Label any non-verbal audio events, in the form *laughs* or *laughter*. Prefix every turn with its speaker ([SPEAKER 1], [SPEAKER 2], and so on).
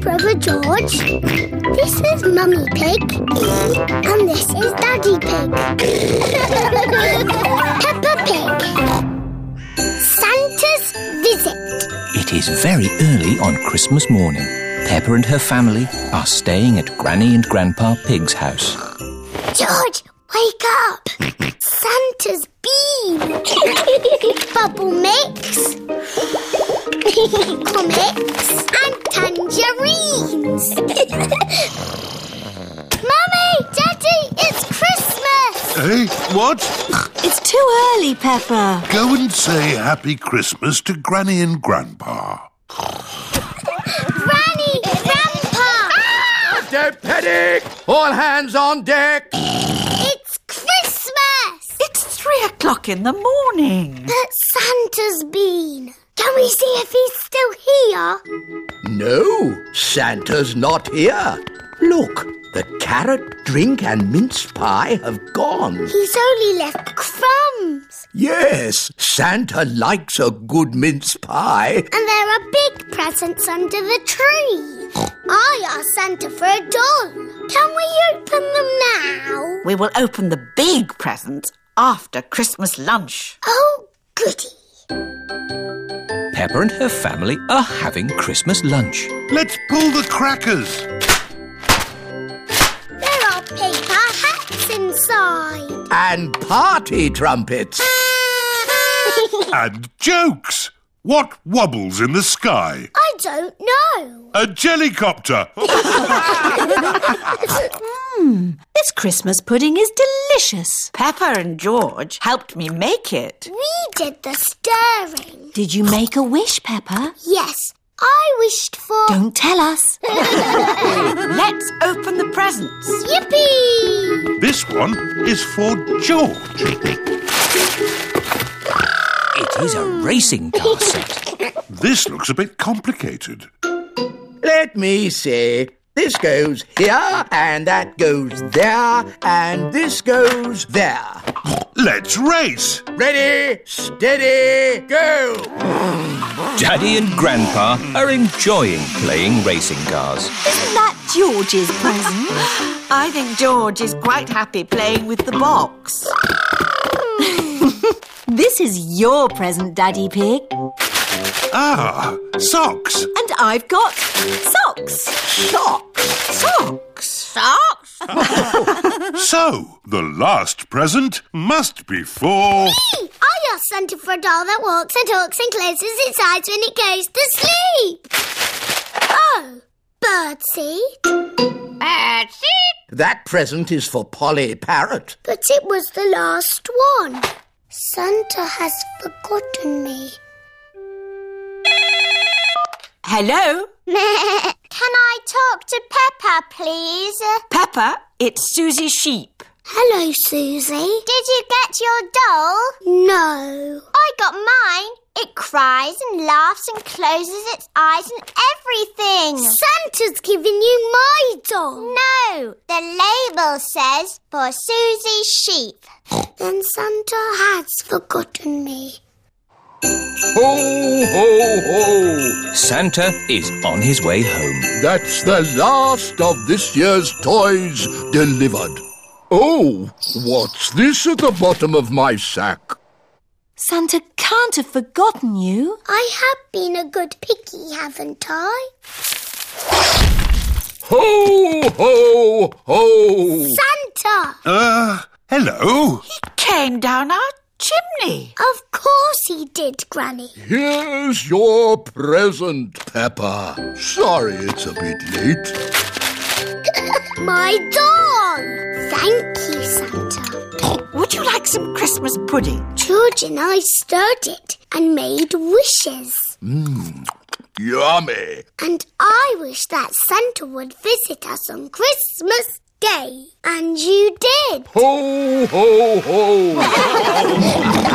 [SPEAKER 1] Brother George. This is Mummy Pig. And this is Daddy Pig. *laughs* Peppa Pig. Santa's visit.
[SPEAKER 2] It is very early on Christmas morning. Peppa and her family are staying at Granny and Grandpa Pig's house.
[SPEAKER 1] George, wake up! Santa's
[SPEAKER 3] *laughs*
[SPEAKER 1] been! Bubble mix, comics, and tangerines! Mummy! Daddy! It's Christmas!
[SPEAKER 4] Hey, what?
[SPEAKER 3] It's too early, Pepper.
[SPEAKER 4] Go and say Happy Christmas to Granny and Grandpa.
[SPEAKER 1] Granny! Grandpa! Ah,
[SPEAKER 5] Don't panic! All hands on deck!
[SPEAKER 1] It's Christmas!
[SPEAKER 3] It's three o'clock in the morning.
[SPEAKER 1] But Santa's been. Can we see if he's still here?
[SPEAKER 5] No, Santa's not here. Look, the carrot, drink, and mince pie have gone.
[SPEAKER 1] He's only left crumbs.
[SPEAKER 5] Yes, Santa likes a good mince pie.
[SPEAKER 1] And there are big presents under the tree. I asked Santa for a doll. Can we open them now?
[SPEAKER 3] We will open the big presents after Christmas lunch.
[SPEAKER 1] Oh, goody.
[SPEAKER 2] Peppa and her family are having Christmas lunch.
[SPEAKER 4] Let's pull the crackers.
[SPEAKER 1] There are paper hats
[SPEAKER 5] *laughs*
[SPEAKER 1] inside.
[SPEAKER 5] And party trumpets.
[SPEAKER 4] And jokes. What wobbles in the sky?
[SPEAKER 1] I don't know.
[SPEAKER 4] A jellycopter.
[SPEAKER 6] This Christmas pudding is delicious.
[SPEAKER 3] Pepper and George helped me make it.
[SPEAKER 1] We did the stirring.
[SPEAKER 6] Did you make a wish, Pepper?
[SPEAKER 1] Yes, I wished for.
[SPEAKER 6] Don't tell us.
[SPEAKER 3] Let's open the presents.
[SPEAKER 1] Yippee!
[SPEAKER 4] this one is for George.
[SPEAKER 2] It is a racing car set.
[SPEAKER 4] This looks a bit complicated.
[SPEAKER 5] Let me see. This goes here, and that goes there, and this goes there.
[SPEAKER 4] Let's race.
[SPEAKER 5] Ready, steady, go!
[SPEAKER 2] Daddy and Grandpa are enjoying playing racing cars.
[SPEAKER 6] Isn't that George's present?
[SPEAKER 3] I think George is quite happy playing with the box.
[SPEAKER 6] This is your present, Daddy Pig.
[SPEAKER 4] Ah, socks.
[SPEAKER 6] And I've got socks.
[SPEAKER 3] Socks. Socks. Socks.
[SPEAKER 4] So, the last present must be for.
[SPEAKER 1] Hey, I asked Santa for a doll that walks and talks and closes its eyes when it goes to sleep. Oh, birdseed.
[SPEAKER 5] That present is for Polly Parrot.
[SPEAKER 1] But it was the last one. Santa has forgotten me.
[SPEAKER 3] Hello,
[SPEAKER 1] *laughs* Can I talk to Peppa, please?
[SPEAKER 3] Pepper. It's Susie Sheep.
[SPEAKER 1] Hello, Susie. Did you get your doll? No. I got mine. It cries and laughs and closes its eyes and everything. Santa's given you my doll. No, the label says for Susie Sheep. then Santa has forgotten me.
[SPEAKER 5] Ho, ho, ho!
[SPEAKER 2] Santa is on his way home.
[SPEAKER 5] That's the last of this year's toys delivered. Oh, what's this at the bottom of my sack?
[SPEAKER 6] Santa can't have forgotten you.
[SPEAKER 1] I have been a good piggy, haven't I?
[SPEAKER 5] Ho, ho, ho!
[SPEAKER 1] Santa!
[SPEAKER 4] Uh, hello.
[SPEAKER 3] Came down our chimney.
[SPEAKER 1] Of course he did, Granny.
[SPEAKER 5] Here's your present, Peppa. Sorry it's a bit late.
[SPEAKER 1] My doll! Thank you, Santa.
[SPEAKER 3] Would you like some Christmas pudding?
[SPEAKER 1] George and I stirred it and made wishes.
[SPEAKER 5] Yummy!
[SPEAKER 1] And I wish that Santa would visit us on Christmas Day. And you did.
[SPEAKER 5] Ho, ho, ho!